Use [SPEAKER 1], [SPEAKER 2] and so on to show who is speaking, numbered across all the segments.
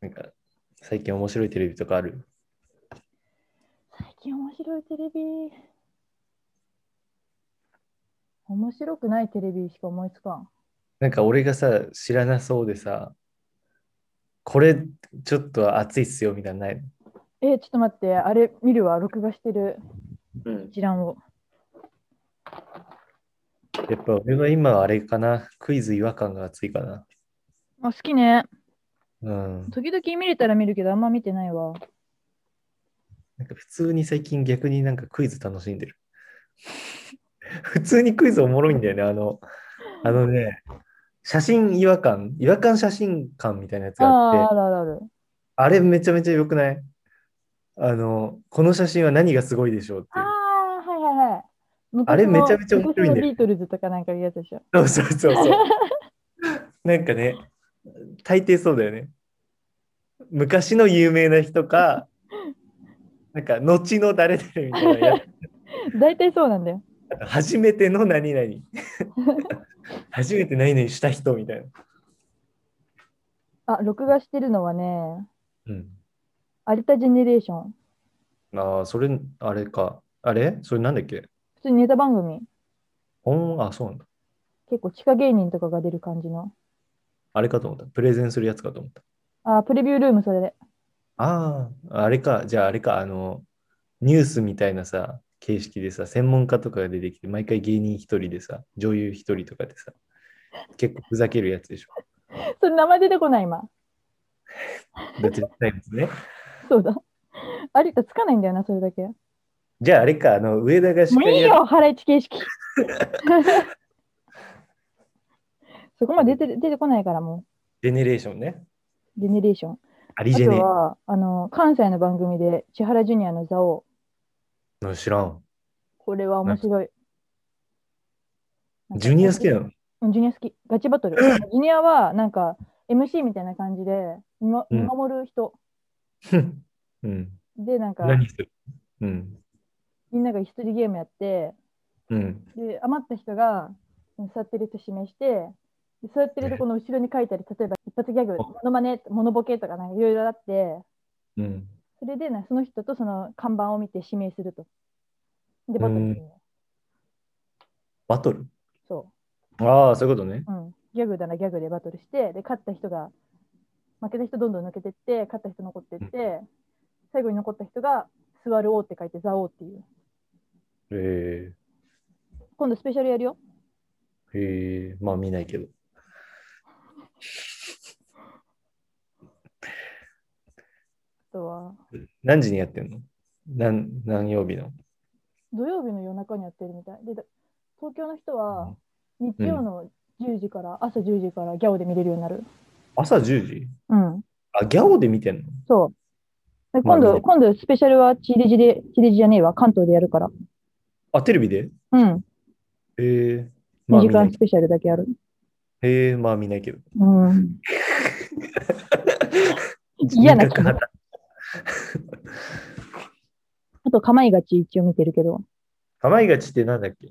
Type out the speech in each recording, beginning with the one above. [SPEAKER 1] なんか、最近面白いテレビとかある
[SPEAKER 2] 最近面白いテレビ。面白くないテレビしか思いつかん。
[SPEAKER 1] なんか俺がさ、知らなそうでさ、これちょっと熱いっすよみたいなのないの
[SPEAKER 2] え、ちょっと待って、あれ見るわ、録画してる
[SPEAKER 1] うん。
[SPEAKER 2] 一覧を。
[SPEAKER 1] やっぱ俺は今はあれかな。クイズ違和感が熱いかな。
[SPEAKER 2] あ、好きね。
[SPEAKER 1] うん。
[SPEAKER 2] 時々見れたら見るけど、あんま見てないわ。
[SPEAKER 1] なんか普通に最近逆になんかクイズ楽しんでる。普通にクイズおもろいんだよね。あの、あのね、写真違和感、違和感写真館みたいなやつ
[SPEAKER 2] あ
[SPEAKER 1] があって
[SPEAKER 2] あ、、あるあるある。
[SPEAKER 1] あれめちゃめちゃ良くないあの、この写真は何がすごいでしょうって
[SPEAKER 2] あ
[SPEAKER 1] いう。
[SPEAKER 2] あ、はいはいはい。
[SPEAKER 1] あれめちゃめちゃ面白いんだよ
[SPEAKER 2] 昔のビートルズとかなんかいうやつでしょ。
[SPEAKER 1] そうそうそうそう。 なんかね、大抵そうだよね。昔の有名な人か、 なんか後の誰々みたいなや
[SPEAKER 2] 大体そうなんだよ。
[SPEAKER 1] つ、初めての何 々。初めて何々した人みたいな。
[SPEAKER 2] あ、録画してるのはね、
[SPEAKER 1] うん。
[SPEAKER 2] 有田ジェネレーション。
[SPEAKER 1] ああ、それ、あれか。あれそれなんだっけ
[SPEAKER 2] 普通にネタ番組。
[SPEAKER 1] 本あ、そうなんだ。
[SPEAKER 2] 結構地下芸人とかが出る感じの。
[SPEAKER 1] あれかと思った。プレゼンするやつかと思った。
[SPEAKER 2] あ、プレビュールームそれで。
[SPEAKER 1] ああ、あれか。じゃああれか。あの、ニュースみたいなさ、形式でさ、専門家とかが出てきて、毎回芸人一人でさ、女優一人とかでさ、結構ふざけるやつでしょ。
[SPEAKER 2] それ名前出てこない今。
[SPEAKER 1] 別にないですね。
[SPEAKER 2] そうだ。有田つかないんだよな、それだけ。も
[SPEAKER 1] じゃああれか。あの、上田が司
[SPEAKER 2] うい
[SPEAKER 1] 会
[SPEAKER 2] い
[SPEAKER 1] や
[SPEAKER 2] よ、ハライチ 形式。そこまで出て出てこないから、も
[SPEAKER 1] ジェネレーションね。
[SPEAKER 2] う、ジェネレーション。
[SPEAKER 1] ア
[SPEAKER 2] あ
[SPEAKER 1] リジェ
[SPEAKER 2] と
[SPEAKER 1] ネ
[SPEAKER 2] は、あの、関西の番組で、千原ジュニアの座王。
[SPEAKER 1] の知らん。
[SPEAKER 2] これは面白い。
[SPEAKER 1] ジュニア好きな
[SPEAKER 2] な
[SPEAKER 1] の
[SPEAKER 2] のジュニア好き。ガチバ トル。ジュニアは、なんか、MC みたいな感じで、見ま
[SPEAKER 1] うん
[SPEAKER 2] 見守る人。
[SPEAKER 1] うん。
[SPEAKER 2] で、なんか、
[SPEAKER 1] 何するうん。
[SPEAKER 2] みんなが一人ゲームやって、
[SPEAKER 1] うん。
[SPEAKER 2] で余った人が座ってる人示してで座ってるとこの後ろに書いたり例えば一発ギャグモノマネモノボケとかなんかいろいろあって
[SPEAKER 1] うん。
[SPEAKER 2] それで、ね、その人とその看板を見て指名するとでバトルするの
[SPEAKER 1] バトル
[SPEAKER 2] そ
[SPEAKER 1] ああ、そういうことね。
[SPEAKER 2] う、うん、ギャグならギャグでバトルしてで勝った人が負けた人どんどん抜けてって勝った人残ってって最後に残った人が座る王って書いて座王っていう
[SPEAKER 1] へ
[SPEAKER 2] 今度スペシャルやるよ
[SPEAKER 1] え。へえ。まあ見ないけど。
[SPEAKER 2] あとは
[SPEAKER 1] 何時にやってんの何何曜日の
[SPEAKER 2] 土曜日の夜中にやってるみたいでだ東京の人は日曜の10時から、朝10時からギャオで見れるようになる
[SPEAKER 1] 朝10時
[SPEAKER 2] うん
[SPEAKER 1] あ、ギャオで見てんの
[SPEAKER 2] そうで
[SPEAKER 1] まあ
[SPEAKER 2] 今
[SPEAKER 1] 見
[SPEAKER 2] 度、
[SPEAKER 1] れる
[SPEAKER 2] 今度スペシャルは地デジで地デジじゃねえわ関東でやるから
[SPEAKER 1] あ、テレビで
[SPEAKER 2] うん
[SPEAKER 1] えー、ま
[SPEAKER 2] 2
[SPEAKER 1] あ
[SPEAKER 2] 時
[SPEAKER 1] 見ない
[SPEAKER 2] 間ス。ペシャルだけある、
[SPEAKER 1] えー、まあ見ないけど。
[SPEAKER 2] うん嫌な気
[SPEAKER 1] 人
[SPEAKER 2] 分
[SPEAKER 1] 格
[SPEAKER 2] あと「かまいがち」一応見てるけど
[SPEAKER 1] かまいがちってなんだっけ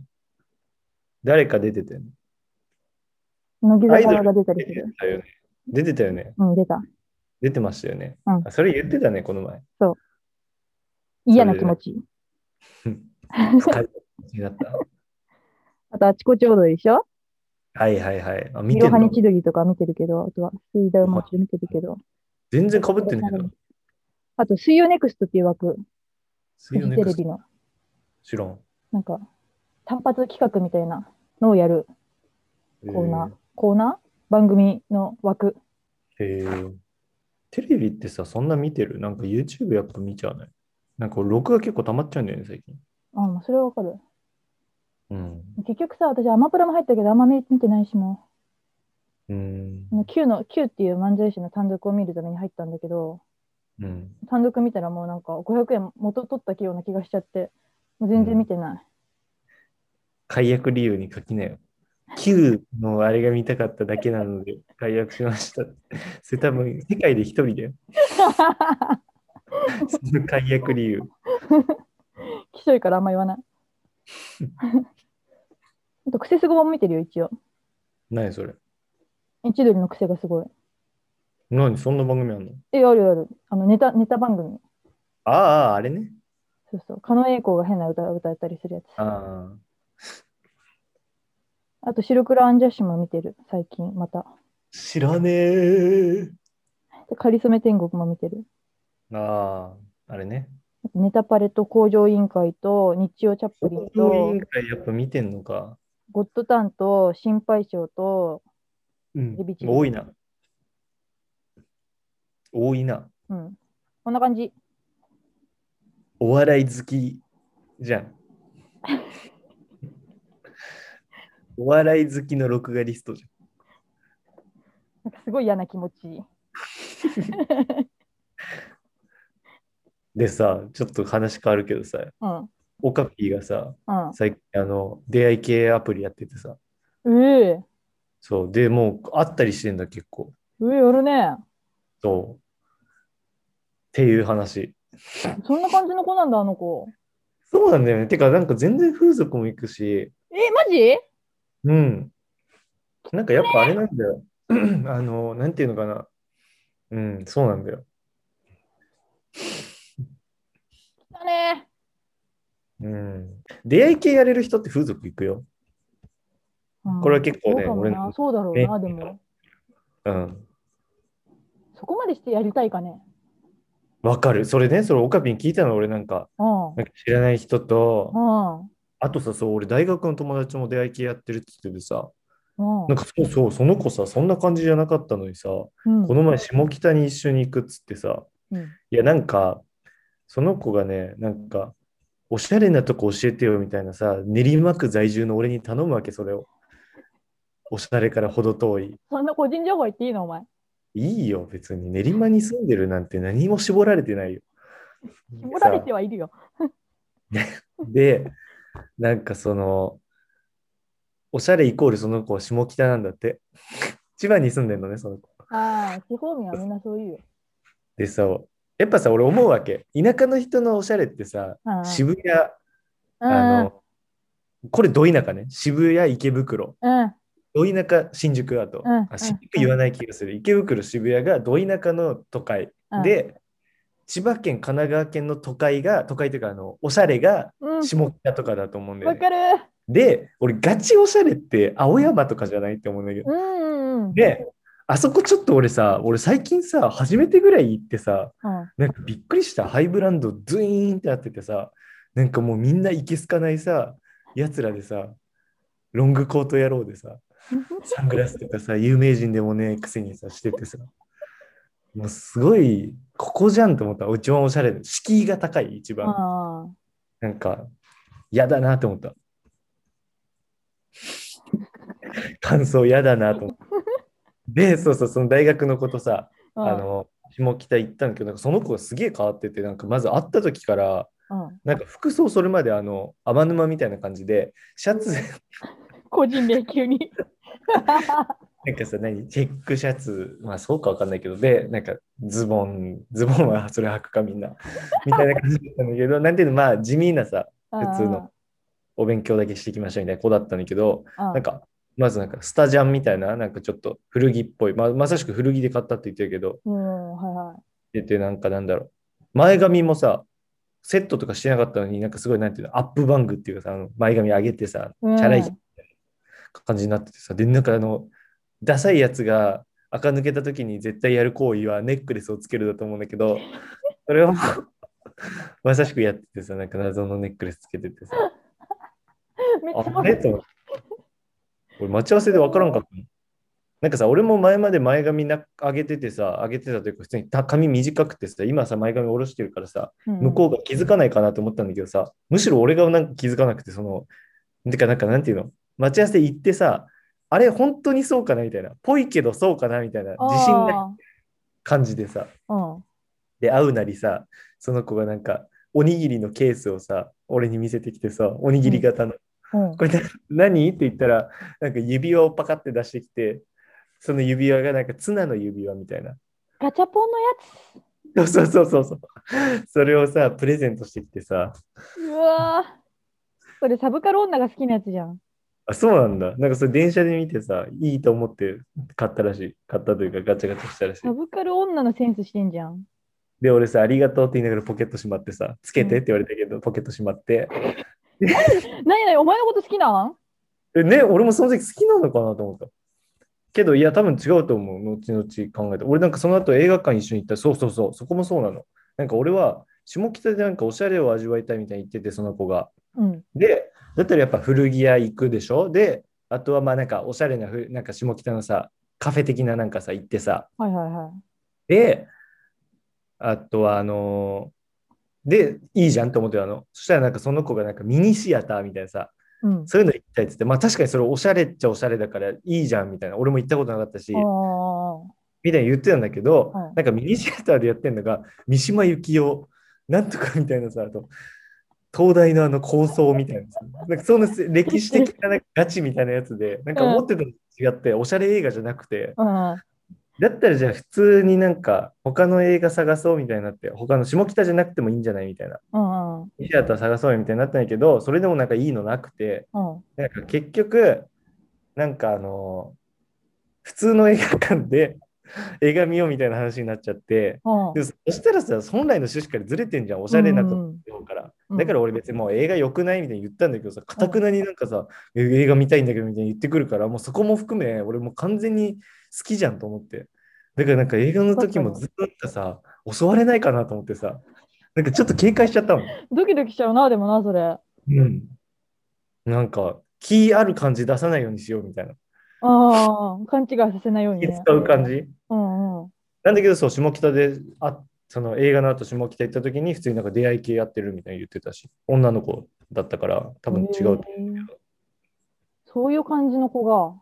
[SPEAKER 1] 誰か出てたよね。
[SPEAKER 2] 乃木
[SPEAKER 1] アイド
[SPEAKER 2] 坂
[SPEAKER 1] ル
[SPEAKER 2] が出たり
[SPEAKER 1] 出
[SPEAKER 2] す
[SPEAKER 1] て
[SPEAKER 2] る
[SPEAKER 1] たよね。出てたよね。
[SPEAKER 2] うん出た
[SPEAKER 1] 出てましたよね。
[SPEAKER 2] うん
[SPEAKER 1] あそれ言ってたね、この 前。
[SPEAKER 2] 嫌な気持ち
[SPEAKER 1] 深い気持ちになった。
[SPEAKER 2] あとあちこち踊りでしょ
[SPEAKER 1] はいはいはい。あ、見
[SPEAKER 2] い
[SPEAKER 1] て
[SPEAKER 2] ろ
[SPEAKER 1] ん
[SPEAKER 2] は
[SPEAKER 1] の
[SPEAKER 2] に千鳥とか見てるけどあとは水田をもちろん見てるけど
[SPEAKER 1] 全然かぶってんねえな。
[SPEAKER 2] あと水曜ネクストっていう枠フ
[SPEAKER 1] 水
[SPEAKER 2] ジ
[SPEAKER 1] 曜ネ
[SPEAKER 2] テ
[SPEAKER 1] ク
[SPEAKER 2] レ
[SPEAKER 1] スト
[SPEAKER 2] ビの
[SPEAKER 1] 知らん。
[SPEAKER 2] なんか単発企画みたいなのをやるコーナー、コーナー番組の枠
[SPEAKER 1] へえテレビってさ、そんな見てるなんか YouTube やっぱ見ちゃうね。なんか録画結構溜まっちゃうんだよね、最近。
[SPEAKER 2] あもうそれはわかる
[SPEAKER 1] うん。
[SPEAKER 2] 結局さ私アマプラも入ったけどあんま見見てないしも
[SPEAKER 1] うん
[SPEAKER 2] うあ。の Q の Q っていう漫才師の単独を見るために入ったんだけど
[SPEAKER 1] うん。
[SPEAKER 2] 単独見たらもうなんか500円元取ったような気がしちゃってもう全然見てない、
[SPEAKER 1] 解約理由に書きなよ。Q のあれが見たかっただけなので、解約しました。それ多分、世界で一人だ よ。その解約理由。
[SPEAKER 2] きしょいからあんま言わないあとクセスゴも見てるよ一応
[SPEAKER 1] 何それ
[SPEAKER 2] 千鳥の癖がすごい
[SPEAKER 1] 何そんな番組あんの
[SPEAKER 2] え、あるある。あのネタ、ネタ番組。
[SPEAKER 1] ああ、あれね。
[SPEAKER 2] そうそう。狩野英孝が変な歌を歌ったりするやつ。
[SPEAKER 1] ああ。
[SPEAKER 2] あと、白黒アンジャッシュも見てる。最近、また。
[SPEAKER 1] 知らねえ。
[SPEAKER 2] でかりそめ天国も見てる。
[SPEAKER 1] ああ、あれね。
[SPEAKER 2] ネタパレと工場委員会と日曜チャップリン
[SPEAKER 1] 報道委員
[SPEAKER 2] と
[SPEAKER 1] 会やっぱ見てんのか。
[SPEAKER 2] ゴッドタンと心配性と、
[SPEAKER 1] うん
[SPEAKER 2] エビチリ
[SPEAKER 1] 多いな。多いな。
[SPEAKER 2] うん。こんな感じ。
[SPEAKER 1] お笑い好きじゃん。お笑い好きの録画リストじ
[SPEAKER 2] なんかすごい嫌な気持ち。
[SPEAKER 1] ゃん。でさ、ちょっと話変わるけどさ、
[SPEAKER 2] うん。うん。
[SPEAKER 1] オカピーがさ、最近あの出会い系アプリやっててさ、
[SPEAKER 2] うえ
[SPEAKER 1] そう、でもう会ったりしてんだ、結構。
[SPEAKER 2] うえやるね。
[SPEAKER 1] そう。っていう話。
[SPEAKER 2] そんな感じの子なんだ、あの子。
[SPEAKER 1] そうなんだよね。てか、なんか全然風俗も行くし、
[SPEAKER 2] え、マジ
[SPEAKER 1] うん。なんかやっぱあれなんだよ。 あの、なんていうのかな。うん、そうなんだよ。
[SPEAKER 2] だね。
[SPEAKER 1] うん。出会い系やれる人って風俗行くよ。
[SPEAKER 2] うん
[SPEAKER 1] これは結構ね
[SPEAKER 2] そうかも
[SPEAKER 1] 俺
[SPEAKER 2] な
[SPEAKER 1] の
[SPEAKER 2] そうだろうな、でも。
[SPEAKER 1] うん。
[SPEAKER 2] そこまでしてやりたいかね。
[SPEAKER 1] わかる。それね、それオカピに聞いたの、俺なんか、
[SPEAKER 2] うん。
[SPEAKER 1] なんか知らない人と、
[SPEAKER 2] うん。
[SPEAKER 1] あとさ、そう、俺大学の友達も出会い系やってるって言っててさ、
[SPEAKER 2] うん
[SPEAKER 1] なんかそうそう、その子さ、そんな感じじゃなかったのにさ、こ
[SPEAKER 2] うん。
[SPEAKER 1] の前下北に一緒に行くっつってさ、
[SPEAKER 2] うん
[SPEAKER 1] いや、なんか、その子がね、なんか、おしゃれなとこ教えてよみたいなさ、練馬区在住の俺に頼むわけ、それを。おしゃれから程遠い。
[SPEAKER 2] そんな個人情報言っていいの、お前。
[SPEAKER 1] いいよ、別に。練馬に住んでるなんて何も絞られてないよ。
[SPEAKER 2] 絞られてはいるよ。
[SPEAKER 1] さで、なんかその、おしゃれイコールその子は下北なんだって。千葉に住んでんのね、その子。
[SPEAKER 2] ああ、地方民はみんなそう言うよ。
[SPEAKER 1] でさ、やっぱさ、俺思うわけ。田舎の人のおしゃれってさ、
[SPEAKER 2] うん
[SPEAKER 1] 渋谷、
[SPEAKER 2] うん
[SPEAKER 1] あの、これど田舎ね。渋谷、池袋。
[SPEAKER 2] うん。
[SPEAKER 1] ど田舎、新宿あと。
[SPEAKER 2] うん
[SPEAKER 1] あ新宿言わない気がする。池袋、渋谷がど田舎の都会。
[SPEAKER 2] うん、
[SPEAKER 1] で、千葉県、神奈川県の都会が、都会というか、あの、おしゃれが
[SPEAKER 2] うん、
[SPEAKER 1] 下北とかだと思うんだよ
[SPEAKER 2] わ
[SPEAKER 1] ね。
[SPEAKER 2] かる。
[SPEAKER 1] で、俺、ガチおしゃれって青山とかじゃないって思うんだけど。
[SPEAKER 2] うんうんうん。
[SPEAKER 1] で、あそこちょっと俺さ、俺最近さ、初めてぐらい行ってさ、
[SPEAKER 2] うん
[SPEAKER 1] なんかびっくりしたハイブランドズイーンってなっててさなんかもうみんないけすかないさやつらでさロングコート野郎でさサングラスとかさ有名人でもねえくせにさしててさもうすごいここじゃんと思った一番おしゃれで敷居が高い一番
[SPEAKER 2] ああ。
[SPEAKER 1] なんか嫌だなと思った感想嫌だなと思ったでそうそうその大学の子とさ
[SPEAKER 2] うん
[SPEAKER 1] あの下北行ったんだけどなんかその子がすげえ変わっててなんかまず会った時から
[SPEAKER 2] うん、
[SPEAKER 1] なんか服装それまであの天沼みたいな感じでシャツ
[SPEAKER 2] 個人で急に。
[SPEAKER 1] なんかさ何チェックシャツまあそうかわかんないけどでなんかズボンズボンはそ れ履くかみんなみたいな感じだったんだけどなんていうのまあ地味なさ 普通のお勉強だけしていきましょうみたいな子だったんだけど
[SPEAKER 2] うん。
[SPEAKER 1] なんかまずなんかスタジャンみたいななんかちょっと古着っぽい、まあ、まさしく古着で買ったって言ってるけど
[SPEAKER 2] うん、はいはい。
[SPEAKER 1] でてなんかなんだろう。前髪もさ、セットとかしてなかったのになんかすごいなんていうの、アップバングっていうかさ、あの前髪上げてさ、チ
[SPEAKER 2] うん
[SPEAKER 1] ャラい感じになっててさ、で、なんかあの、ダサいやつが垢抜けた時に絶対やる行為はネックレスをつけるだと思うんだけど、それを まさしくやっててさ、なんか謎のネックレスつけててさ、
[SPEAKER 2] めっちゃ
[SPEAKER 1] あれと思って。俺待ち合わせで分からんかったの。なんかさ、俺も前まで前髪な上げててさ、上げてたというか、普通にた髪短くてさ、今さ、前髪下ろしてるからさ、向こうが気づかないかなと思ったんだけどさ、むしろ俺がなんか気づかなくて、その、てか、なんか、なんていうの、待ち合わせ行ってさ、あれ、本当にそうかなみたいな、ぽいけどそうかなみたいな、自信ない
[SPEAKER 2] い。
[SPEAKER 1] 感じでさ、
[SPEAKER 2] うん。
[SPEAKER 1] で、会うなりさ、その子がなんか、おにぎりのケースをさ、俺に見せてきてさ、おにぎり型の、
[SPEAKER 2] うん
[SPEAKER 1] これな何って言ったら、なんか指輪をパカって出してきて、その指輪がなんかツナの指輪みたいな。
[SPEAKER 2] ガチャポンのや
[SPEAKER 1] そうそうそうそうそう。それをさ、プレゼントしてきてさ、
[SPEAKER 2] つ。うわー。それサブカル女が好きなやつじゃん。
[SPEAKER 1] あ、そうなんだ。なんかそれ電車で見てさ、いいと思って買ったらしい。買ったというかガチャガチャしたらしい
[SPEAKER 2] サ。ブカル女のセンスしてんじゃん。
[SPEAKER 1] で、俺さ、ありがとうって言いながらポケットしまってさ、つけてって言われたけど、ポケットしまって。
[SPEAKER 2] なになにお前のこと好きなん
[SPEAKER 1] えね、俺もその時好きなのかなと思った。けど、いや、多分違うと思う。後々考えた。俺なんかその後映画館一緒に行ったそうそうそう。そこもそうなの。なんか俺は、下北でなんかおしゃれを味わいたいみたいに言ってて、その子が。
[SPEAKER 2] うん。
[SPEAKER 1] で、だったらやっぱ古着屋行くでしょで、あとはまあなんかおしゃれなふ、なんか下北のさ、カフェ的ななんかさ、行ってさ。
[SPEAKER 2] はいはいはい。
[SPEAKER 1] で、あとはあのーで、いいじゃんと思ってたの。そしたらなんかその子がなんかミニシアターみたいなさ、
[SPEAKER 2] うん。
[SPEAKER 1] そういうの行きたいっつって、まあ確かにそれおしゃれっちゃおしゃれだからいいじゃんみたいな、俺も行ったことなかったし、
[SPEAKER 2] あ
[SPEAKER 1] みたいに言ってたんだけど、
[SPEAKER 2] はい
[SPEAKER 1] なんかミニシアターでやってんのが、三島由紀夫、なんとかみたいなさ、あと、東大のあの構想みたいなさ、なんかそんな歴史的ななんかガチみたいなやつで、なんか思ってたのと違って、おしゃれ映画じゃなくて、
[SPEAKER 2] あ。うん。
[SPEAKER 1] だったらじゃあ普通になんか他の映画探そうみたいになって、他の下北じゃなくてもいいんじゃないみたいな、
[SPEAKER 2] うん。うん。
[SPEAKER 1] ミニシアター探そうよみたいになったんやけど、それでもなんかいいのなくて、
[SPEAKER 2] うん。
[SPEAKER 1] なんか結局、なんかあの普通の映画館で映画見ようみたいな話になっちゃって、
[SPEAKER 2] うん。
[SPEAKER 1] でそしたらさ、本来の趣旨からずれてんじゃん、おしゃれなと
[SPEAKER 2] うん
[SPEAKER 1] 思うから。
[SPEAKER 2] うん
[SPEAKER 1] だから俺別にもう映画良くないみたいに言ったんだけどさ、かたくなになんかさ、え映画見たいんだけどみたいに言ってくるから、もうそこも含め、俺もう完全に好きじゃんと思って。だからなんか映画の時もずっとさ、襲われないかなと思ってさ、なんかちょっと警戒しちゃったもん。
[SPEAKER 2] ドキドキしちゃうな、でもな、それ。
[SPEAKER 1] うん。なんか、気ある感じ出さないようにしようみたいな。
[SPEAKER 2] ああ、勘違いさせないように
[SPEAKER 1] 気
[SPEAKER 2] ね。
[SPEAKER 1] 使う感じ。
[SPEAKER 2] うんうん。
[SPEAKER 1] なんだけど、そう、下北で、あその映画の後、下北行った時に、普通になんか出会い系やってるみたいに言ってたし、女の子だったから、多分違う。
[SPEAKER 2] へえそういう感じの子が。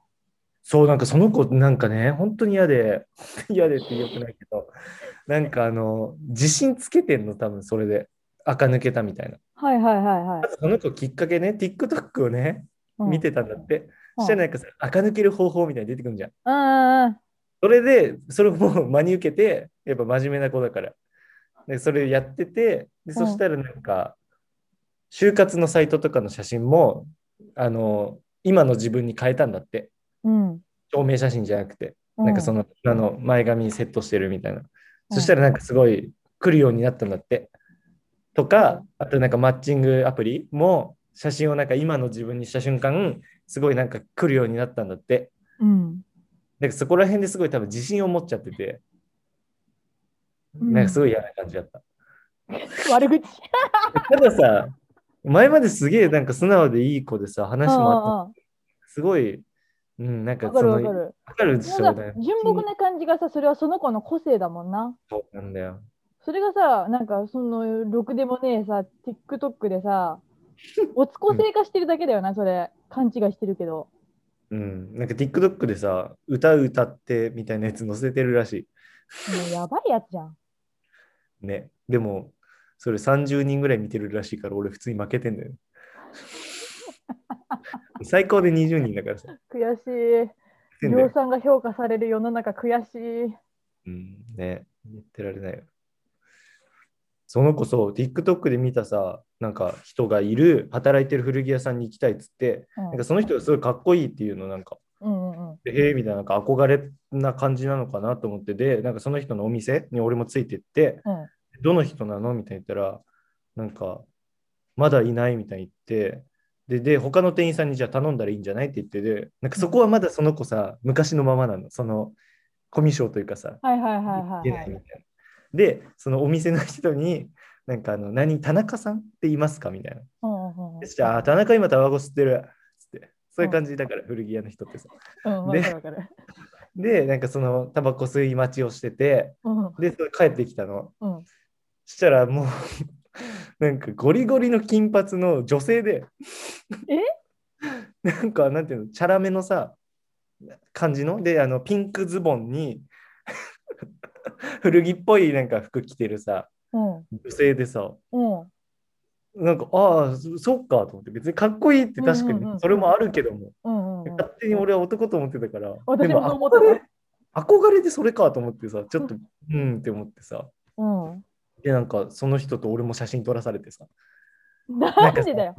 [SPEAKER 1] そう、なんかその子、なんかね、本当に嫌で、 嫌でってよくないけど、なんかあの、自信つけてんの、多分それで。垢抜けたみたいな。
[SPEAKER 2] はいはいはいはい
[SPEAKER 1] まずその子きっかけね、TikTok をね、
[SPEAKER 2] うん。
[SPEAKER 1] 見てたんだって。
[SPEAKER 2] う
[SPEAKER 1] そ
[SPEAKER 2] ん
[SPEAKER 1] したらなんかさ、垢抜ける方法みたいに出てくるじゃん。
[SPEAKER 2] うんうんうん。
[SPEAKER 1] それで、それも真に受けて、やっぱ真面目な子だから。で、それやってて、で、そしたらなんか、就活のサイトとかの写真も、あの、今の自分に変えたんだって。
[SPEAKER 2] うん。
[SPEAKER 1] 証明写真じゃなくて、なんかそ
[SPEAKER 2] の、
[SPEAKER 1] の、あの、前髪セットしてるみたいな。そした
[SPEAKER 2] ら、
[SPEAKER 1] らなんかすごい来るようになったんだって。とか、あとなんかマッチングアプリも、写真をなんか今の自分にした瞬間、すごいなんか来るようになったんだって。
[SPEAKER 2] うん。
[SPEAKER 1] なんかそこら辺ですごい多分自信を持っちゃってて、
[SPEAKER 2] うん
[SPEAKER 1] なんかすごい嫌な感じだった。
[SPEAKER 2] 悪口。
[SPEAKER 1] たださ、前まですげえなんか素直でいい子でさ、話もあっ
[SPEAKER 2] あ
[SPEAKER 1] たすごい、うん、なん
[SPEAKER 2] あ、
[SPEAKER 1] か
[SPEAKER 2] わか
[SPEAKER 1] そ
[SPEAKER 2] る
[SPEAKER 1] の、
[SPEAKER 2] わか
[SPEAKER 1] わ
[SPEAKER 2] る。
[SPEAKER 1] かるでし
[SPEAKER 2] な
[SPEAKER 1] ょ、
[SPEAKER 2] んか
[SPEAKER 1] ね、
[SPEAKER 2] 純朴な感じがさ、それはその子の個性だもんな。
[SPEAKER 1] そうなんだよ。
[SPEAKER 2] それがさ、なんかその、ろくでもねえさ、TikTok で さ、おつこ性化してるだけだよな、それ。勘違いしてるけど。
[SPEAKER 1] うん、なんか TikTok でさ、歌歌ってみたいなやつ載せてるらし
[SPEAKER 2] もうやばいやつじゃん。
[SPEAKER 1] い。ね。でも、それ30人ぐらい見てるらしいから、俺普通に負けてんだ よ。最高で20人だからさ。
[SPEAKER 2] 悔し
[SPEAKER 1] 負
[SPEAKER 2] い。
[SPEAKER 1] けてんだよ
[SPEAKER 2] 量産が評価される世の中悔しい。
[SPEAKER 1] うん、ね、言ってられないよ。その子そう、TikTok で見たさ、なんか人がいる、働いてる古着屋さんに行きたいっつって、
[SPEAKER 2] うん
[SPEAKER 1] なんかその人がすごいかっこいいっていうの、なんか、
[SPEAKER 2] うんうんうん。
[SPEAKER 1] でへえみたいな、なんか憧れな感じなのかなと思って、で、なんかその人のお店に俺もついてって、
[SPEAKER 2] うん
[SPEAKER 1] どの人なのみたいに言ったら、なんか、まだいないみたいに言って、で、で、他の店員さんにじゃあ頼んだらいいんじゃないって言ってで、なんかそこはまだその子さ、昔のままなの、その、コミュ障というかさ、
[SPEAKER 2] はいはいはい
[SPEAKER 1] 行
[SPEAKER 2] はい
[SPEAKER 1] け
[SPEAKER 2] は
[SPEAKER 1] ない
[SPEAKER 2] い。
[SPEAKER 1] みたいな。で、そのお店の人に、なんかあの、何、田中さんっていますかみたいな。
[SPEAKER 2] うんうんうん
[SPEAKER 1] でじゃあ、あ田中今タバコ吸ってる。つって。そういう感じだから、古着屋の人ってさ。
[SPEAKER 2] うん、わか
[SPEAKER 1] で
[SPEAKER 2] るわかる。
[SPEAKER 1] で、なんかそのタバコ吸い待ちをしてて、
[SPEAKER 2] うん
[SPEAKER 1] で、それ帰ってきたの。
[SPEAKER 2] うん。
[SPEAKER 1] したらもう、 なんかゴリゴリの金髪の女性で、
[SPEAKER 2] え
[SPEAKER 1] なんか、なんていうの、チャラめのさ、感じの。で、あの、ピンクズボンに、 古着っぽいなんか服着てるさ、
[SPEAKER 2] うん。
[SPEAKER 1] 女性でさ、
[SPEAKER 2] うん。
[SPEAKER 1] なんか、ああ、そそっかと思って、別にかっこいいって確か
[SPEAKER 2] うんうんうん
[SPEAKER 1] に、それもあるけども、
[SPEAKER 2] うん。うん。
[SPEAKER 1] 勝手に俺は男と思ってたから、
[SPEAKER 2] 私もそう思って
[SPEAKER 1] でも憧れ憧れでそれかと思ってさ、ちょっと、うんって思ってさ、
[SPEAKER 2] た。うん。
[SPEAKER 1] で、なんか、その人と俺も写真撮らされてさ、
[SPEAKER 2] なんでだよ。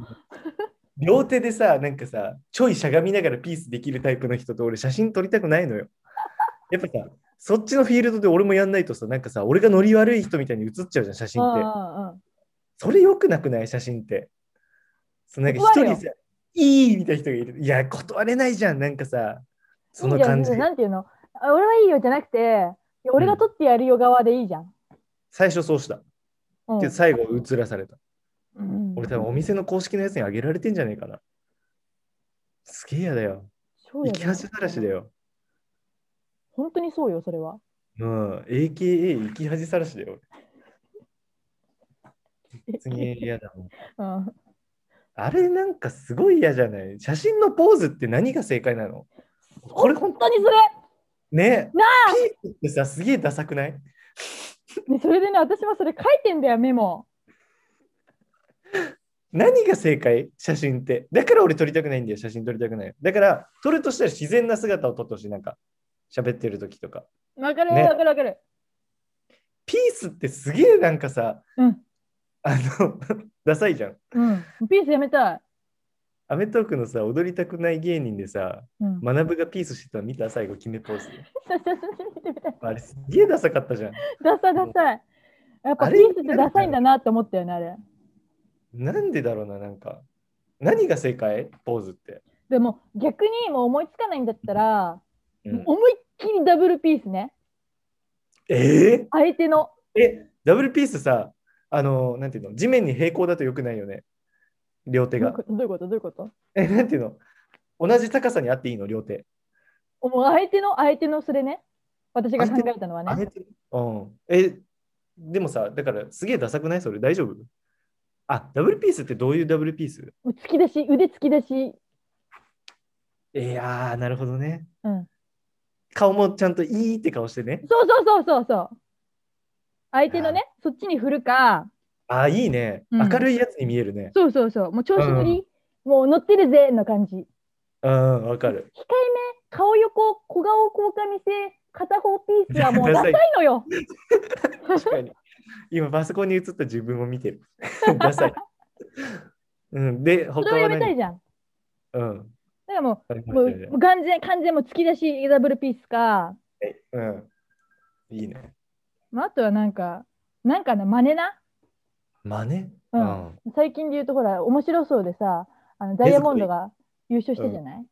[SPEAKER 1] 両手でさ、なんかさ、ちょいしゃがみながらピースできるタイプの人と俺写真撮りたくないのよ。やっぱさ、そっちのフィールドで俺もやんないとさ、なんかさ、俺がノリ悪い人みたいに写っちゃうじゃん、写真って。
[SPEAKER 2] あ
[SPEAKER 1] それ良くなくない写真って。そうなんか一
[SPEAKER 2] 断るよ
[SPEAKER 1] 人さ、いいみたいな人がいる。いや、断れないじゃん、なんかさ、その
[SPEAKER 2] いいじゃん
[SPEAKER 1] 感
[SPEAKER 2] いいじ
[SPEAKER 1] じ
[SPEAKER 2] ゃん。。なんていうのあ俺はいいよじゃなくて、いや俺が取ってやるよ側でいいじゃん。
[SPEAKER 1] 最初そうした。
[SPEAKER 2] うん
[SPEAKER 1] けど最後映らされた。
[SPEAKER 2] うん
[SPEAKER 1] 俺多分お店の公式のやつにあげられてんじゃねえかな。すげえやだよ。
[SPEAKER 2] そう
[SPEAKER 1] 生
[SPEAKER 2] やね
[SPEAKER 1] き恥さらしだよ。
[SPEAKER 2] 本当にそうよ、それは。
[SPEAKER 1] うん。AKA 生き恥さらしだよ。別 に嫌だもん。
[SPEAKER 2] うん、
[SPEAKER 1] あれなんかすごい嫌じゃない写真のポーズって何が正解なのこれ本
[SPEAKER 2] 本当にそれ
[SPEAKER 1] ね
[SPEAKER 2] な
[SPEAKER 1] ピースってさすげえダサくない
[SPEAKER 2] ね、それでね、私もそれ書いてんだよ、メモ。
[SPEAKER 1] 何が正解写真って。だから俺撮りたくないんだよ。写真撮りたくない。だから撮るとしたら自然な姿を撮ってほしい。なんか喋ってる時とか。
[SPEAKER 2] わかる、
[SPEAKER 1] ね
[SPEAKER 2] わかる、わかる。
[SPEAKER 1] ピースってすげえなんかさ、
[SPEAKER 2] うん、
[SPEAKER 1] あの、 ダサいじゃん。
[SPEAKER 2] うん。ピースやめたい。
[SPEAKER 1] アメトークのさ、踊りたくない芸人でさ、
[SPEAKER 2] うん。
[SPEAKER 1] 学ぶがピースしてたの見た最後、決めポーズ。
[SPEAKER 2] 写真見てみたい。
[SPEAKER 1] あれすげえダサかったじゃん。
[SPEAKER 2] ダサいダサい。やっぱ
[SPEAKER 1] あ
[SPEAKER 2] ピ
[SPEAKER 1] れ
[SPEAKER 2] ースってダサいんだなって思ったよね、あれ。
[SPEAKER 1] なんでだろうな、なんか。何が正解ポーズって。
[SPEAKER 2] でも逆にもう思いつかないんだったら、
[SPEAKER 1] うん
[SPEAKER 2] 思いっきりダブルピースね。
[SPEAKER 1] え
[SPEAKER 2] 相手の。
[SPEAKER 1] ーえ、ダブルピースさ、あの、なんていうの、地面に平行だとよくないよね。両手
[SPEAKER 2] どういう
[SPEAKER 1] が
[SPEAKER 2] こ。とどういうことどういうこと
[SPEAKER 1] え、なんていうの同じ高さにあっていいの両手。
[SPEAKER 2] もう相手の相手のそれね。私が考えたのは
[SPEAKER 1] あ
[SPEAKER 2] ね。
[SPEAKER 1] げてるうん。え、でもさ、だからすげえダサくないそれ大丈夫あ、ダブルピースってどういうダブルピース
[SPEAKER 2] もう突き出し、腕突き出し。
[SPEAKER 1] いやー、なるほどね。
[SPEAKER 2] うん
[SPEAKER 1] 顔もちゃんといいって顔してね。
[SPEAKER 2] そうそうそうそうそう。相手のね、そっちに振るか、
[SPEAKER 1] あー、いいね。
[SPEAKER 2] うん
[SPEAKER 1] 明るいやつに見えるね。
[SPEAKER 2] そうそうそう、もう調子乗り、もう乗ってるぜの感じ。控え
[SPEAKER 1] うん、わか る。
[SPEAKER 2] め、顔横、小顔交換見せ、片方ピースはもうダ
[SPEAKER 1] ダ
[SPEAKER 2] サ
[SPEAKER 1] サ
[SPEAKER 2] い
[SPEAKER 1] い
[SPEAKER 2] のよ。
[SPEAKER 1] 確かに。今、パソコンに映った自分を見てる。 ダサい。うん、で、
[SPEAKER 2] そ
[SPEAKER 1] 他
[SPEAKER 2] れをや
[SPEAKER 1] は
[SPEAKER 2] めた
[SPEAKER 1] 何
[SPEAKER 2] いじゃん。だ
[SPEAKER 1] うん。
[SPEAKER 2] からも
[SPEAKER 1] わかり
[SPEAKER 2] う、
[SPEAKER 1] ま
[SPEAKER 2] も
[SPEAKER 1] し
[SPEAKER 2] う
[SPEAKER 1] たね
[SPEAKER 2] もう完全、完全もう突き出しダブルピースか、
[SPEAKER 1] うん。いいね。
[SPEAKER 2] まあ、あとはなんか、なんかな、真似な。
[SPEAKER 1] 真似
[SPEAKER 2] う
[SPEAKER 1] うんん。
[SPEAKER 2] 最近で言うと、ほら、面白そうでさ、あのダイヤモンドが優勝したじゃない、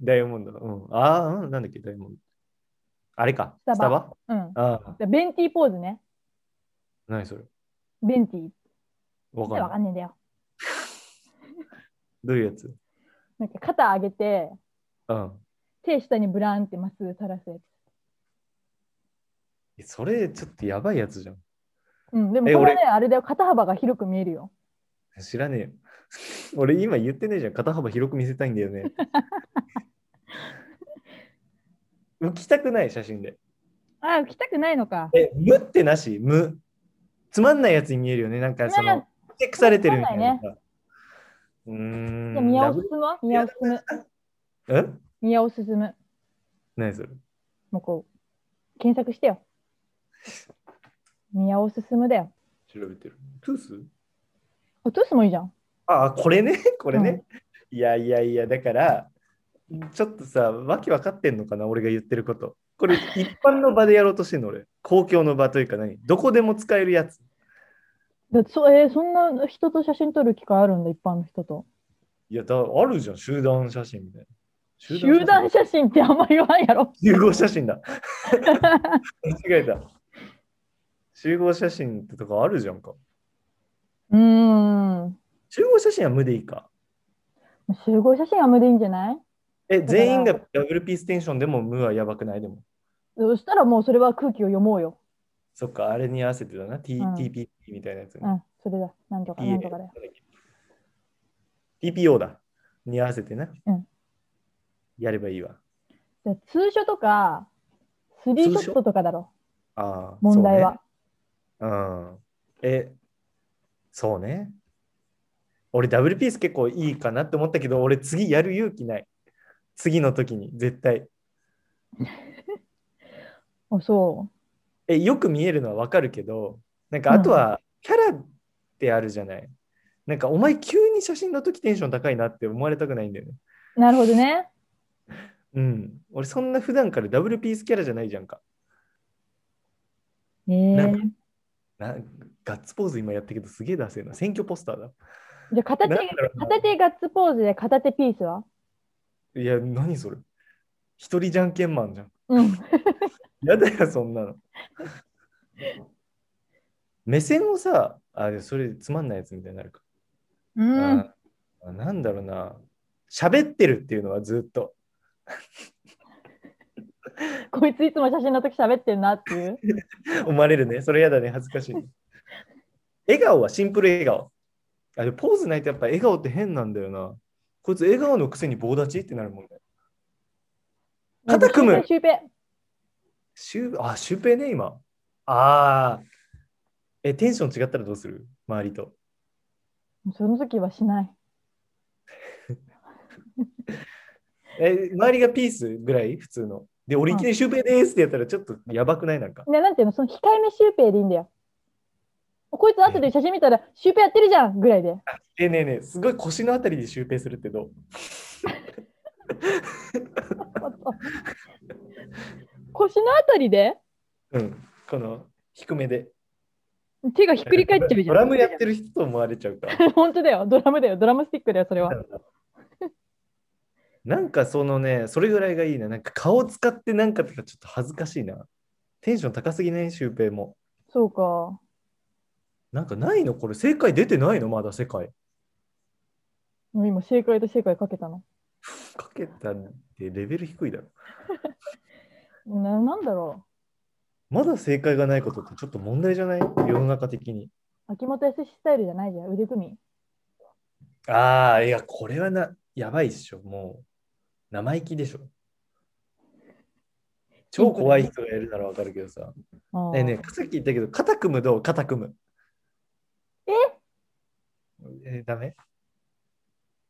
[SPEAKER 1] ダイヤモンド。うん。ああ、うん。なんだっけ、ダイヤモンド。あれか。
[SPEAKER 2] スタバ
[SPEAKER 1] スタバ
[SPEAKER 2] うん、
[SPEAKER 1] ああ、
[SPEAKER 2] でベンティーポーズね。
[SPEAKER 1] 何それ。
[SPEAKER 2] ベンティー。
[SPEAKER 1] わかん
[SPEAKER 2] わ
[SPEAKER 1] な
[SPEAKER 2] か
[SPEAKER 1] い。
[SPEAKER 2] んねえんだよ。
[SPEAKER 1] どういうやつ
[SPEAKER 2] なんか肩上げて、
[SPEAKER 1] うん。
[SPEAKER 2] 手下にブラーンってまっすぐ垂らすやつ。
[SPEAKER 1] えそれ、ちょっとやばいやつじゃん。
[SPEAKER 2] うん、でもこ
[SPEAKER 1] え
[SPEAKER 2] れはね、あれだよ、肩幅が広く見えるよ。
[SPEAKER 1] 知らねえよ。 俺今言ってねえじゃん。肩幅広く見せたいんだよ ね。浮きたくない写真で。
[SPEAKER 2] ああ、来たくないのか。
[SPEAKER 1] え、無ってなし無。つまんないやつに見えるよね。なんかそ
[SPEAKER 2] まあ
[SPEAKER 1] の、チェックされてるみたいなさ。うー
[SPEAKER 2] じゃあ、
[SPEAKER 1] ん。
[SPEAKER 2] 宮
[SPEAKER 1] ダ
[SPEAKER 2] 尾
[SPEAKER 1] ブ
[SPEAKER 2] 進むわ宮尾進む。
[SPEAKER 1] え
[SPEAKER 2] 宮尾進む。
[SPEAKER 1] 何それ
[SPEAKER 2] もうこう、検索してよ。宮尾進むだよ。
[SPEAKER 1] 調べてる。トゥース
[SPEAKER 2] あ、トゥースもいいじゃん。
[SPEAKER 1] ああ、これね、 これね。いやいやいや、だから、ちょっとさ、わけわかってんのかな、俺が言ってること。これ、一般の場でやろうとしてんの、俺。 公共の場というか何、どこでも使えるやつ。
[SPEAKER 2] だってそえーそんな人と写真撮る機会あるんだ、一般の人と。
[SPEAKER 1] いや、だあるじゃん、集団写真みたいな。集
[SPEAKER 2] 集団写真ってあんま言わんやろ。
[SPEAKER 1] 集合写真 だ。間違えた。集合写真ってとかあるじゃんか。
[SPEAKER 2] うーん。
[SPEAKER 1] 集合写真は無でいいか。
[SPEAKER 2] 集合写真は無理いいんじゃない
[SPEAKER 1] え、全員がダブルピーステンションでも無はやばくないでも。
[SPEAKER 2] そしたらもうそれは空気を読もうよ。
[SPEAKER 1] そっか、あれに合わせてだな、T
[SPEAKER 2] うん
[SPEAKER 1] TPP みたいなやつね。
[SPEAKER 2] うん、それだ。なんとかなんとかだよ。
[SPEAKER 1] TPO だ。に合わせてな。
[SPEAKER 2] うん
[SPEAKER 1] やればいいわ。
[SPEAKER 2] じゃあツーショとか、スリーショットとかだろ、
[SPEAKER 1] ああ。
[SPEAKER 2] 問題
[SPEAKER 1] そ
[SPEAKER 2] は。
[SPEAKER 1] うね、うん。え、そうね。俺、ダブルピース結構いいかなって思ったけど、俺、次やる勇気ない。次の時に、絶対。
[SPEAKER 2] あ、そ
[SPEAKER 1] え、よく見えるのはわかるけど、なんか、あとは、キャラってあるじゃない。なんかお前急に写真の時テンション高いなって思われたくないんだよね。
[SPEAKER 2] なるほどね。
[SPEAKER 1] うん。俺そんな普段からダブルピースキャラじゃないじゃんか。
[SPEAKER 2] え
[SPEAKER 1] なん
[SPEAKER 2] ー
[SPEAKER 1] か、なガッツポーズ今やったけどすげえダセえな。選挙ポスターだ。
[SPEAKER 2] じゃあ片手
[SPEAKER 1] なんだろうな
[SPEAKER 2] 片手ガッツポーズで片手ピースはい
[SPEAKER 1] や、何それ。一人じゃんけんマンじゃん。
[SPEAKER 2] うん。
[SPEAKER 1] やだよ、そん なの。目線をさ、あ、でもそれつまんないやつみたいになるか。
[SPEAKER 2] うん。
[SPEAKER 1] ああなんだろうな。喋ってるっていうのはずっと。
[SPEAKER 2] こいついつも写真の時喋ってるなっていう。
[SPEAKER 1] 思われるね。それやだね。恥ずかしい。 笑顔はシンプル笑顔。あでもポーズないとやっぱ笑顔って変なんだよな。こいつ笑顔のくせに棒立ちってなるもんね。 肩組む
[SPEAKER 2] シュウペイシュウペ
[SPEAKER 1] シュ
[SPEAKER 2] イ
[SPEAKER 1] ウあ、シュウペイね、今。ああ。え、テンション違ったらどうする周りと。
[SPEAKER 2] その時はしない。
[SPEAKER 1] え、周りがピースぐらい普通の。で、俺いきなりシュウペイですってやったらちょっとやばくないなんか。
[SPEAKER 2] ね、なんていうの、その控えめシュウペイでいいんだよ。こいつ後で写真見たら、シュウペイやってるじゃんぐらいで。
[SPEAKER 1] えねえねえ、すごい腰のあたりでシュウペイするってどう
[SPEAKER 2] 腰のあたりで
[SPEAKER 1] うん。この低めで。
[SPEAKER 2] 手がひっくり返っちゃうじゃ
[SPEAKER 1] ド
[SPEAKER 2] ん。
[SPEAKER 1] ラムやってる人と思われちゃう から。
[SPEAKER 2] 本当だよ。ドラムだよ。ドラムスティックだよ、それは。
[SPEAKER 1] なんかそのね、それぐらいがいいな。なんか顔使ってなんかとかちょっと恥ずかしいな。テンション高すぎないシュウペイも。
[SPEAKER 2] そうか。
[SPEAKER 1] なんかないのこれ正解出てないのまだ世界。
[SPEAKER 2] もう今、正解と正解かけたの。
[SPEAKER 1] かけたってレベル低いだろ。
[SPEAKER 2] ななんだろ
[SPEAKER 1] まだ正解がないことってちょっと問題じゃない世の中的に。
[SPEAKER 2] う。秋元康スタイルじゃないじゃん。腕組み。
[SPEAKER 1] ああ、いや、これはな、やばいっしょ。もう、生意気でしょ。超怖い人がやるならわかるけどさ。
[SPEAKER 2] あー
[SPEAKER 1] ねえねえ、さっき言ったけど、肩組むどう肩組む。ええ、ダメ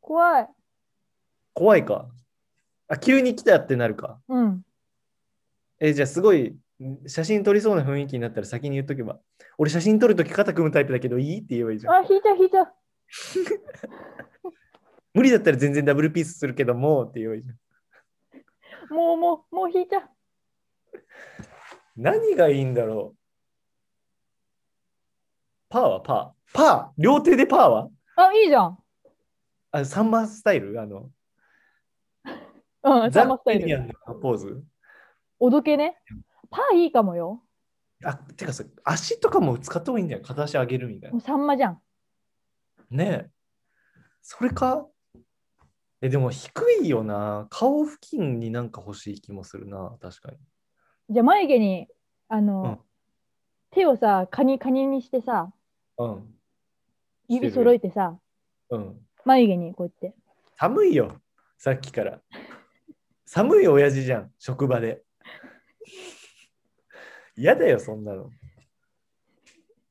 [SPEAKER 2] 怖い。
[SPEAKER 1] 怖いか。あ、急に来たってなるか。
[SPEAKER 2] うん。
[SPEAKER 1] え、じゃあすごい、写真撮りそうな雰囲気になったら先に言っとけば。俺写真撮るとき肩組むタイプだけどいいって言えばいいじゃん。
[SPEAKER 2] あ、引いちゃう、引いちゃう。
[SPEAKER 1] 無理だったら全然ダブルピースするけどもって言えばいいじゃん。
[SPEAKER 2] もう、もう、もう引いちゃう。
[SPEAKER 1] 何がいいんだろうパーはパー。パー両手でパーは
[SPEAKER 2] あ、いいじゃん。
[SPEAKER 1] あ、サンマスタイルあの、
[SPEAKER 2] うん、サ
[SPEAKER 1] ザ・
[SPEAKER 2] ンマスタイ
[SPEAKER 1] ミリア
[SPEAKER 2] ル。
[SPEAKER 1] ンのポーズ。
[SPEAKER 2] おどけね。パーいいかもよ。
[SPEAKER 1] あ、てかさ、足とかも使った方がいいんだよ。片足上げるみたい
[SPEAKER 2] も
[SPEAKER 1] な
[SPEAKER 2] う。サンマじゃん。
[SPEAKER 1] ねえ。それかえ、でも低いよな。顔付近になんか欲しい気もするな。確かに。
[SPEAKER 2] じゃあ眉毛にあの、
[SPEAKER 1] うん
[SPEAKER 2] 手をさカニカニにしてさ
[SPEAKER 1] うん。
[SPEAKER 2] 指揃えてさ
[SPEAKER 1] うん。
[SPEAKER 2] 眉毛にこうやって
[SPEAKER 1] 寒いよ。さっきから。寒い親父じゃん。職場で。嫌だよ、そんなの。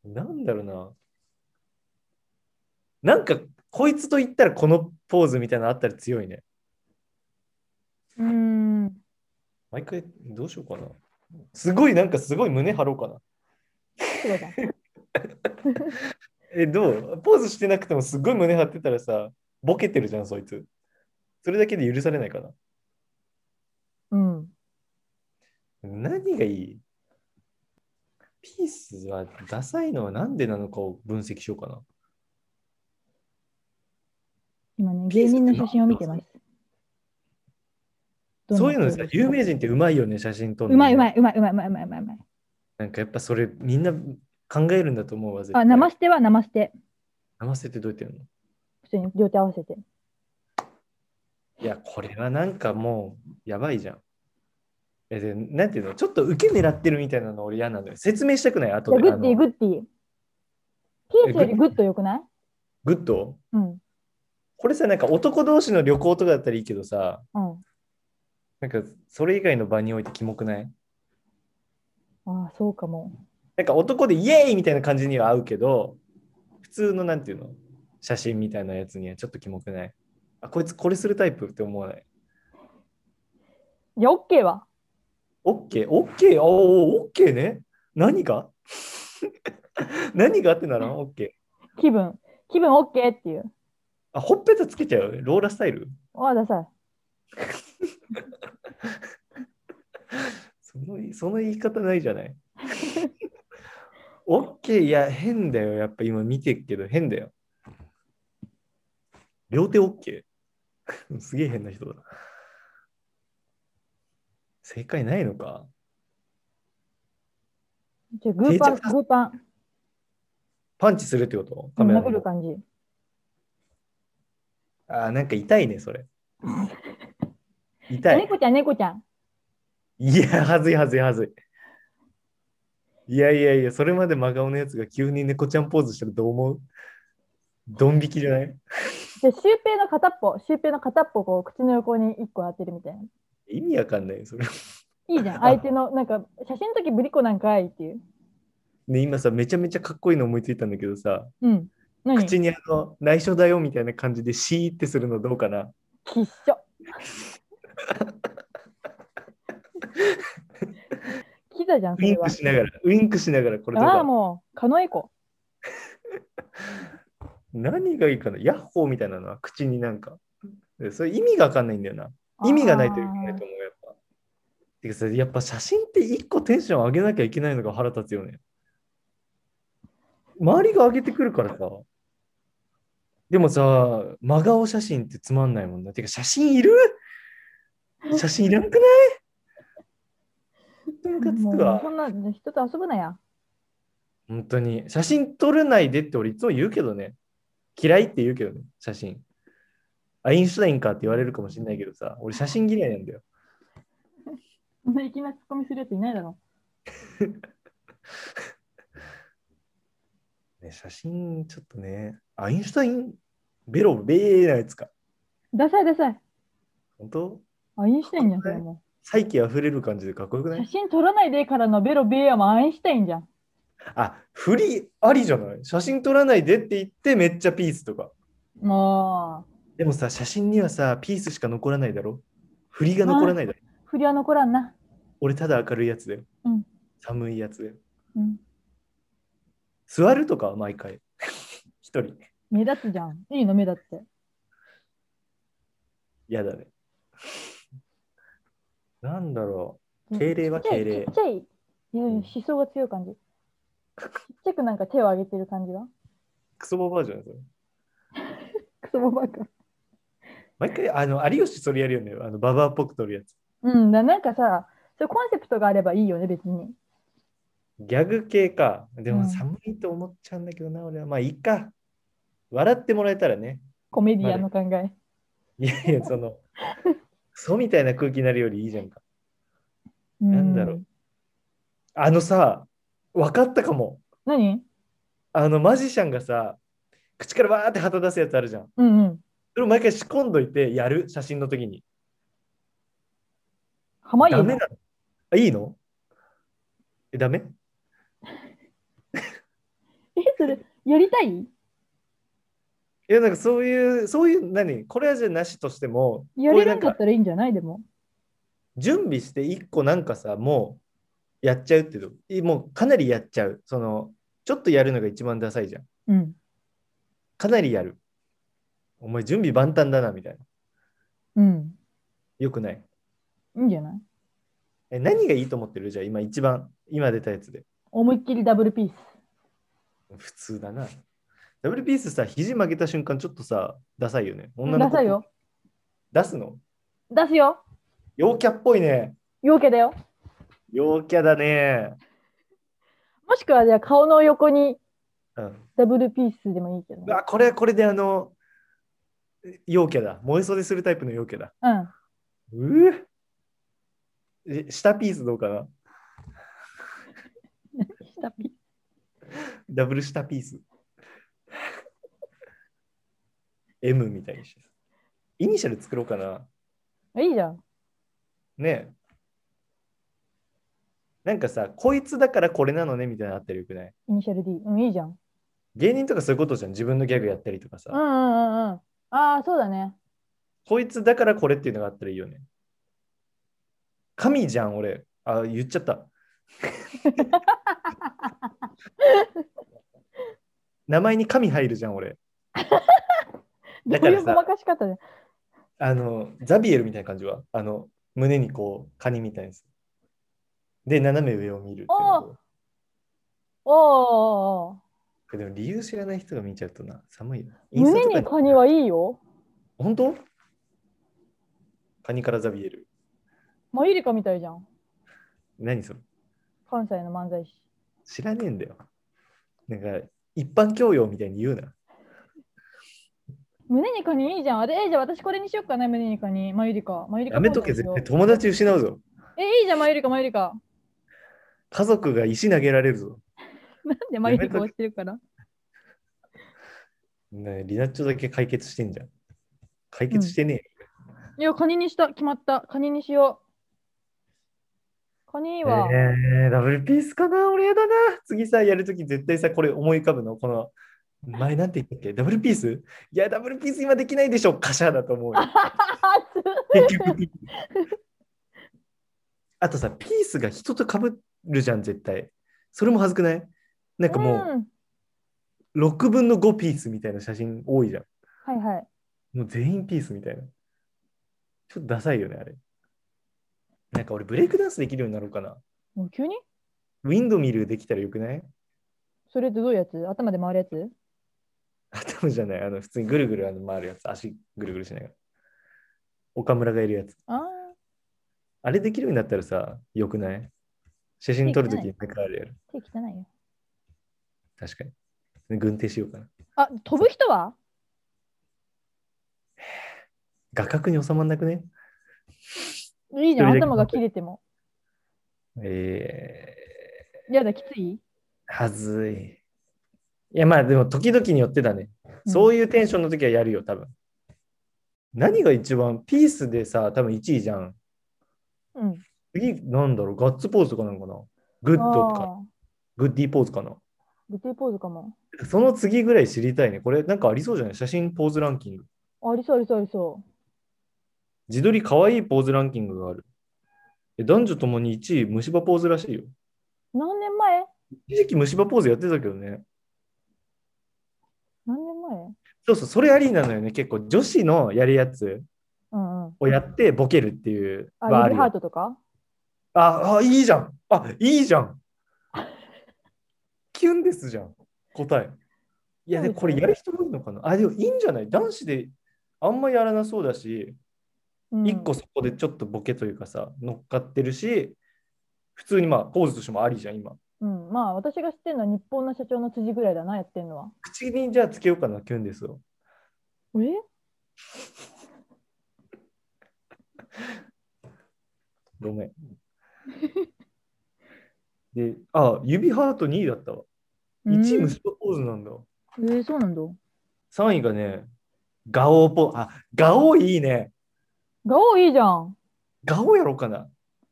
[SPEAKER 1] なんだろうな。なんか、こいつと言ったらこのポーズみたいなのあったら強いね。
[SPEAKER 2] うーん
[SPEAKER 1] 毎回どうしようかな。すごい、なんかすごい胸張ろうかな。
[SPEAKER 2] そうだ
[SPEAKER 1] え、どうポーズしてなくてもすごい胸張ってたらさ、ボケてるじゃん、そいつ。それだけで許されないかな。
[SPEAKER 2] うん
[SPEAKER 1] 何がいいピースはダサいのはなんでなのかを分析しようかな。
[SPEAKER 2] 今ね芸人の写真を見てますどんな
[SPEAKER 1] そういうのさ、有名人ってうまいよね、写真撮るの
[SPEAKER 2] うまいうまいうまいうまいうまいうまいうまいうまい
[SPEAKER 1] なんかやっぱそれみんな考えるんだと思うわ。絶対
[SPEAKER 2] あ生捨ては生捨て
[SPEAKER 1] 生捨てってどうやってやるの
[SPEAKER 2] 普通に両手合わせて
[SPEAKER 1] いや、これはなんかもうやばいじゃん。え、で、なんていうのちょっと受け狙ってるみたいなの俺嫌なのよ。説明したくない
[SPEAKER 2] じゃ
[SPEAKER 1] 後
[SPEAKER 2] あ
[SPEAKER 1] で。
[SPEAKER 2] グ
[SPEAKER 1] あ
[SPEAKER 2] ッ
[SPEAKER 1] の
[SPEAKER 2] ディグッディピースより
[SPEAKER 1] え
[SPEAKER 2] グッドよくない
[SPEAKER 1] グッド
[SPEAKER 2] うん
[SPEAKER 1] これさ、なんか男同士の旅行とかだったらいいけどさ、
[SPEAKER 2] うん
[SPEAKER 1] なんかそれ以外の場においてキモくない
[SPEAKER 2] ああそうかも
[SPEAKER 1] なんか男でイエーイみたいな感じには合うけど、普通のなんていうの写真みたいなやつにはちょっとキモくないあ、こいつこれするタイプって思わない。
[SPEAKER 2] いやオッケーは
[SPEAKER 1] オッケー、オッケー、おーオッケー ね。何が何があってならんオッケー。
[SPEAKER 2] 気分気分 OK っていう。
[SPEAKER 1] あ、ほっぺたつけちゃうローラスタイル
[SPEAKER 2] わあ、ダサい。
[SPEAKER 1] そのその言い方ないじゃない。オッケーいや、変だよ。やっぱ今見てるけど、変だよ。両手オッケーすげえ変な人だ。正解ないのか
[SPEAKER 2] じゃあグーパン、
[SPEAKER 1] 定着
[SPEAKER 2] グーパン。
[SPEAKER 1] パンチするってことカメラ
[SPEAKER 2] 殴る
[SPEAKER 1] の。
[SPEAKER 2] 感じ。
[SPEAKER 1] あー、なんか痛いね、それ。痛い。
[SPEAKER 2] 猫ちゃん、猫ちゃん。
[SPEAKER 1] いや、はずいはずいはずい。いやいやいや、それまで真顔のやつが急に猫ちゃんポーズしたらどう思うドン引きじゃない
[SPEAKER 2] じゃあシュウペイの片っぽ、シュウペイの片っぽをこう口の横に一個当てるみたいな。
[SPEAKER 1] 意味わかんないよそれ。
[SPEAKER 2] いいじゃん。
[SPEAKER 1] あ
[SPEAKER 2] 相手の、なんか、写真の時ぶりっ子なんかいっていう。
[SPEAKER 1] ね、今さ、めちゃめちゃかっこいいの思いついたんだけどさ、
[SPEAKER 2] うん。何き
[SPEAKER 1] 口
[SPEAKER 2] っ
[SPEAKER 1] にあの内緒だよみたいな感じでシーってするのどうかな
[SPEAKER 2] しょ。キザじゃん、そ
[SPEAKER 1] ウイ
[SPEAKER 2] れ
[SPEAKER 1] ン
[SPEAKER 2] は
[SPEAKER 1] ク。しながら、ウインクしながらこれどう
[SPEAKER 2] ああ、
[SPEAKER 1] か
[SPEAKER 2] もう、カノエコ。
[SPEAKER 1] 何がいいかなヤッホーみたいなのは口になんか。でそれ意味がわかんないんだよな。意味がないといけないと思う、やっぱ。てかさ、やっぱ写真って一個テンション上げなきゃいけないのが腹立つよね。周りが上げてくるからさ。でもさ、真顔写真ってつまんないもんな。てか写真いる写真いらんくないほんとムカつ
[SPEAKER 2] も
[SPEAKER 1] く
[SPEAKER 2] う
[SPEAKER 1] わ
[SPEAKER 2] そ。んな人と遊ぶなや。
[SPEAKER 1] 本当に。写真撮れないでって俺いつも言うけどね。嫌いって言うけどね、写真。アインシュタインかって言われるかもしれないけどさ、俺写真嫌いなんだよ。
[SPEAKER 2] そんな粋なツッコミするやついないだろ。
[SPEAKER 1] ね、写真、ちょっとね、アインシュタイン、ベロベーなやつか。
[SPEAKER 2] ダサいダサい。
[SPEAKER 1] 本当
[SPEAKER 2] アインシュタインじゃん、それも
[SPEAKER 1] 再起あふれる感じでかっこよく
[SPEAKER 2] う。
[SPEAKER 1] な
[SPEAKER 2] 写
[SPEAKER 1] い
[SPEAKER 2] 真撮らないでからのベロベーヤもアインシュタインじゃん。
[SPEAKER 1] あ、振りありじゃない写真撮らないでって言ってめっちゃピースとか。
[SPEAKER 2] も
[SPEAKER 1] でもさ、写真にはさ、ピースしか残らないだろ振りが残らないだろ
[SPEAKER 2] う、振りは残らんな。
[SPEAKER 1] 俺ただ明るいやつだよ。
[SPEAKER 2] うん
[SPEAKER 1] 寒いやつだよ。
[SPEAKER 2] うん。
[SPEAKER 1] 座るとかは毎回。 一人。
[SPEAKER 2] 目立つじゃん。いいの、目立って。
[SPEAKER 1] 嫌だね。なんだろ
[SPEAKER 2] うん
[SPEAKER 1] 敬礼は
[SPEAKER 2] ちっちゃい
[SPEAKER 1] 敬礼
[SPEAKER 2] ちっちゃい、いやいや
[SPEAKER 1] うん
[SPEAKER 2] 思想が強い感じ。ちっちゃくなんか手を上げてる感じが。
[SPEAKER 1] う。クソババアじゃないそれ。
[SPEAKER 2] クソババアか。
[SPEAKER 1] 毎回、あの、有吉それやるよね。あの、ババアっぽく撮るやつ。
[SPEAKER 2] うん、だなんかさ、そういうコンセプトがあればいいよね、別に。
[SPEAKER 1] ギャグ系か。で
[SPEAKER 2] う
[SPEAKER 1] も
[SPEAKER 2] ん
[SPEAKER 1] 寒いと思っちゃうんだけどな、俺は。まあいいか。笑ってもらえたらね。
[SPEAKER 2] コメディアンの考え。
[SPEAKER 1] いや いや、その、そうみたいな空気になるよりいいじゃんか。
[SPEAKER 2] う
[SPEAKER 1] なんだろう。あのさ、分かったかも。
[SPEAKER 2] 何
[SPEAKER 1] あの、マジシャンがさ、口からわーって旗出すやつあるじゃん。
[SPEAKER 2] うんうん。
[SPEAKER 1] それを毎回仕込んどいてやる、写真の時に。
[SPEAKER 2] 濱家
[SPEAKER 1] ダ
[SPEAKER 2] の
[SPEAKER 1] メなのあいいのえ、ダメ
[SPEAKER 2] え、それ、やりたい
[SPEAKER 1] いや、なんかそういう、そういう、何これはじゃなしとしても、
[SPEAKER 2] や
[SPEAKER 1] こ
[SPEAKER 2] れ
[SPEAKER 1] れ
[SPEAKER 2] る
[SPEAKER 1] なんん
[SPEAKER 2] だ
[SPEAKER 1] か
[SPEAKER 2] ったらいいんじゃないでも。
[SPEAKER 1] 準備して一個なんかさもうやっちゃうっていうともうかなりやっちゃうそのちょっとやるのが一番ダサいじゃん
[SPEAKER 2] うん。
[SPEAKER 1] かなりやるお前準備万端だなみたいな
[SPEAKER 2] うん。
[SPEAKER 1] よくない
[SPEAKER 2] いいんじゃない
[SPEAKER 1] え何がいいと思ってるじゃあ今一番今出たやつで
[SPEAKER 2] 思いっきりダブルピース。
[SPEAKER 1] 普通だなダブルピースさ肘曲げた瞬間ちょっとさダサいよね女の
[SPEAKER 2] ダ
[SPEAKER 1] 子
[SPEAKER 2] サいよ。
[SPEAKER 1] 出すの
[SPEAKER 2] 出すよ。
[SPEAKER 1] 陽キャっぽいね
[SPEAKER 2] 陽気だよ。
[SPEAKER 1] 陽キャだね
[SPEAKER 2] もしくは、じゃあ顔の横に
[SPEAKER 1] うん
[SPEAKER 2] ダブルピースでもいいけど
[SPEAKER 1] う
[SPEAKER 2] ね。
[SPEAKER 1] わこれはこれであの陽キャだ燃え袖するタイプの陽キャだ
[SPEAKER 2] う
[SPEAKER 1] う
[SPEAKER 2] ん。
[SPEAKER 1] ぅえ下ピースどうかな
[SPEAKER 2] 下ピース
[SPEAKER 1] ダブル下ピース。M みたいにして。イニシャル作ろうかな。
[SPEAKER 2] あいいじゃん。
[SPEAKER 1] ねえ。なんかさ、こいつだからこれなのねみたいなのあったらよくない
[SPEAKER 2] イニシャル D。うん、いいじゃん。
[SPEAKER 1] 芸人とかそういうことじゃん。自分のギャグやったりとかさ。
[SPEAKER 2] うんうんうんうん。ああ、そうだね。
[SPEAKER 1] こいつだからこれっていうのがあったらいいよね。神じゃん、俺。あ、言っちゃ った。名前に神入るじゃん、俺。だ
[SPEAKER 2] こ
[SPEAKER 1] か
[SPEAKER 2] う
[SPEAKER 1] ら
[SPEAKER 2] いうごま
[SPEAKER 1] さ、
[SPEAKER 2] かし方で。
[SPEAKER 1] あの、ザビエルみたいな感じは、あの、胸にこう、カニみたいです。で、斜め上を見るっていうのを
[SPEAKER 2] おーおーおー
[SPEAKER 1] これでも理由知らない人が見ちゃうとな、寒いよ。インスタ
[SPEAKER 2] 胸
[SPEAKER 1] とか
[SPEAKER 2] にカニはいいよ。
[SPEAKER 1] 本当カニからザビエル。
[SPEAKER 2] マユリカみたいじゃん。
[SPEAKER 1] 何それ
[SPEAKER 2] 関西の漫才師。
[SPEAKER 1] 知らねえんだよ。なんか、一般教養みたいに言うな。
[SPEAKER 2] 胸にカニいいじゃん。あれ、えーじゃあ私これにしよっかな、胸にカニ。マユリカ。マユリカ
[SPEAKER 1] やめとけ、
[SPEAKER 2] そう
[SPEAKER 1] 絶
[SPEAKER 2] なん
[SPEAKER 1] 対
[SPEAKER 2] ですよ
[SPEAKER 1] 友達失うぞ。
[SPEAKER 2] えーいいじゃん、マユリカ、マユリカ。
[SPEAKER 1] 家族が石投げられるぞ。
[SPEAKER 2] なんでマユリカをしてるから。
[SPEAKER 1] ね、リナッチョだけ解決してんじゃん。解決してねえよ。
[SPEAKER 2] いや、カニにした。決まった。カニにしよう。カニは、
[SPEAKER 1] えー、ダブルピースかな俺だな。次さ、やるとき絶対さ、これ思い浮かぶの。この、前なんて言ったっけダブルピースいや、ダブルピース今できないでしょ。カシャだと 思うよ。結局。あとさ、ピースが人と被るじゃん、絶対。それも恥ずくないなんかも
[SPEAKER 2] うん、
[SPEAKER 1] う、6分の5ピースみたいな写真多いじゃん。
[SPEAKER 2] はいはい。
[SPEAKER 1] もう全員ピースみたいな。ちょっとダサいよね、あれ。なんか俺、ブレイクダンスできるようになろうかな。
[SPEAKER 2] もう急に
[SPEAKER 1] ウィンドミルできたらよくない
[SPEAKER 2] それってどういうやつ頭で回るやつ
[SPEAKER 1] 頭じゃない、あの、普通にぐるぐるあの回るやつ、足ぐるぐるしながら。岡村がいるやつ。
[SPEAKER 2] あ
[SPEAKER 1] あれできるようになったらさ、よくない写真撮るときになんかあれやる。
[SPEAKER 2] あ、手汚いよ。
[SPEAKER 1] 確かに。軍手しようかな。
[SPEAKER 2] あ、飛ぶ人は
[SPEAKER 1] 画角に収まんなくね
[SPEAKER 2] いいじゃん、
[SPEAKER 1] 一人だけ
[SPEAKER 2] 頭が切れても。
[SPEAKER 1] え
[SPEAKER 2] やだ、きつい
[SPEAKER 1] ー、はずい。いや、まあでも時々によってだね。そういうテンションの時はやるよ、多分。何が一番ピースでさ、多分1位じゃん。
[SPEAKER 2] うん。うん、
[SPEAKER 1] 次、なんだろう、ガッツポーズとかなのかなグッドとか、
[SPEAKER 2] あー。
[SPEAKER 1] グッディポーズかな
[SPEAKER 2] グテポーズかも。
[SPEAKER 1] その次ぐらい知りたいね。これなんかありそうじゃない写真ポーズランキング。
[SPEAKER 2] ありそうありそうありそ
[SPEAKER 1] 自撮り可愛いポーズランキングがある。え男女ともに1位、虫歯ポーズらしいよ。
[SPEAKER 2] う。何年前
[SPEAKER 1] 一時期虫歯ポーズやってたけどね。
[SPEAKER 2] 何年前
[SPEAKER 1] そうそう、それありなのよね。結構女子のやるやつ
[SPEAKER 2] うんうん。
[SPEAKER 1] をやってボケるっていう
[SPEAKER 2] あ、
[SPEAKER 1] は
[SPEAKER 2] リ
[SPEAKER 1] あ
[SPEAKER 2] ブ
[SPEAKER 1] る
[SPEAKER 2] ハー
[SPEAKER 1] よ。
[SPEAKER 2] トとか
[SPEAKER 1] ああ、いいじゃん。あ、いいじゃん。キュンですじゃん。答え。いや、でもこれやる人もいるのかなあ、でもいいんじゃない男子であんまやらなそうだし、
[SPEAKER 2] うん
[SPEAKER 1] 一個そこでちょっとボケというかさ、乗っかってるし、普通にまあポーズとしてもありじゃん、今。
[SPEAKER 2] うん、まあ私が知ってるのは日本の社長の辻ぐらいだな、やってるのは。
[SPEAKER 1] 口にじゃあつけようかな、キュンですを。
[SPEAKER 2] え
[SPEAKER 1] ご めん。で、あ、指ハート2位だったわ。1位
[SPEAKER 2] うん
[SPEAKER 1] 虫歯ポーズなんだ。
[SPEAKER 2] えー、そうなんだ。
[SPEAKER 1] 3位がね、ガオポー、あ、ガオいいね。
[SPEAKER 2] ガオいいじゃん。
[SPEAKER 1] ガオやろうかな。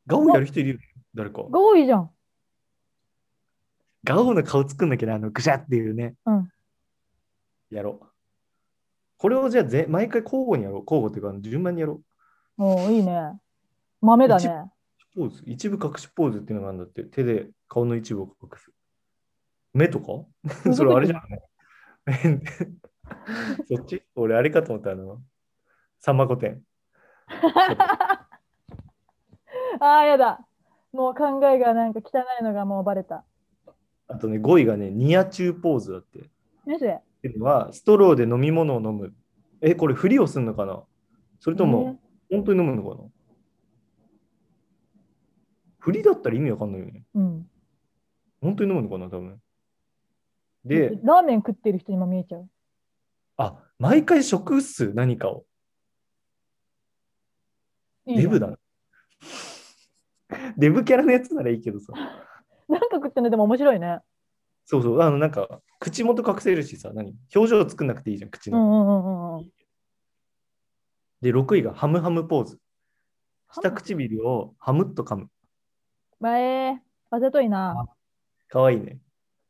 [SPEAKER 1] ガオやる人いるよ、誰か。
[SPEAKER 2] ガオいいじゃん。
[SPEAKER 1] ガオの顔作んなきゃな、あの、ぐしゃっていうね。
[SPEAKER 2] うん。
[SPEAKER 1] やろう。これをじゃあぜ、毎回交互にやろう。交互っていうかあの、順番にやろう。
[SPEAKER 2] おーいいね。豆だね。
[SPEAKER 1] ポーズ。一部隠しポーズっていうのがあるんだって。手で顔の一部を隠す。目と かそれあれじゃない そっち俺あれかと思ったあの。さんま御殿。
[SPEAKER 2] ああ、やだ。もう考えがなんか汚いのがもうバレた。
[SPEAKER 1] あとね、5位がね、ニア中ポーズだって。っ
[SPEAKER 2] ねそれ。
[SPEAKER 1] ていうのは、ストローで飲み物を飲む。え、これ、ふりをするのかなそれとも、本当に飲むのかなふりだったら意味わかんないよね。
[SPEAKER 2] うん。
[SPEAKER 1] 本当に飲むのかな多分。で、
[SPEAKER 2] ラーメン食ってる人にも見えちゃう。
[SPEAKER 1] あ、毎回食っす、何かを。
[SPEAKER 2] いいね
[SPEAKER 1] デブだな。 デブキャラのやつならいいけどさ。
[SPEAKER 2] なんか食ってんのでも面白いね。
[SPEAKER 1] そうそう、あの、なんか、口元隠せるしさ、何表情作んなくていいじゃん、口
[SPEAKER 2] う
[SPEAKER 1] の。
[SPEAKER 2] んうんうんうんうん。
[SPEAKER 1] で、6位がハムハムポーズ。下唇をハムっと噛む。
[SPEAKER 2] まあ、えー、わざといな。
[SPEAKER 1] かわいいね。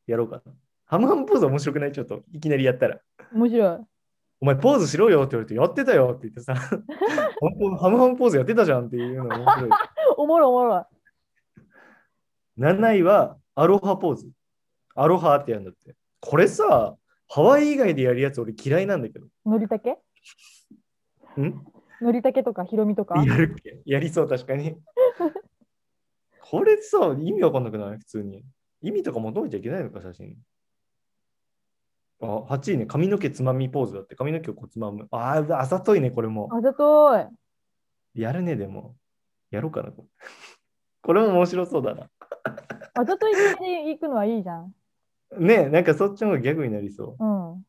[SPEAKER 1] やろうかな。ハムハムポーズ面白くないちょっと、いきなりやったら。
[SPEAKER 2] 面白い。
[SPEAKER 1] お前ポーズしろよって言われて、やってたよって言ってさ、本当ハムハムポーズやってたじゃんっていうのが面白い。
[SPEAKER 2] おもろいおもろい。
[SPEAKER 1] 7位はアロハポーズ。アロハってやるんだって。これさ、ハワイ以外でやるやつ俺嫌いなんだけど。
[SPEAKER 2] のりたけ
[SPEAKER 1] ん
[SPEAKER 2] のりたけとかひろみとか。
[SPEAKER 1] やるっけやりそう、確かに。これさ、意味わかんなくない普通に。意味とか求めちゃいけないのか、写真。あ、8位ね。髪の毛つまみポーズだって。髪の毛をこうつまむ。ああ、うわあざといね、これも。
[SPEAKER 2] あざとい。
[SPEAKER 1] やるね、でも。やろうかな、これ。 これも面白そうだな。
[SPEAKER 2] あざとい系で行くのはいいじゃん。
[SPEAKER 1] ねなんかそっちの方がギャグになりそう。
[SPEAKER 2] うん。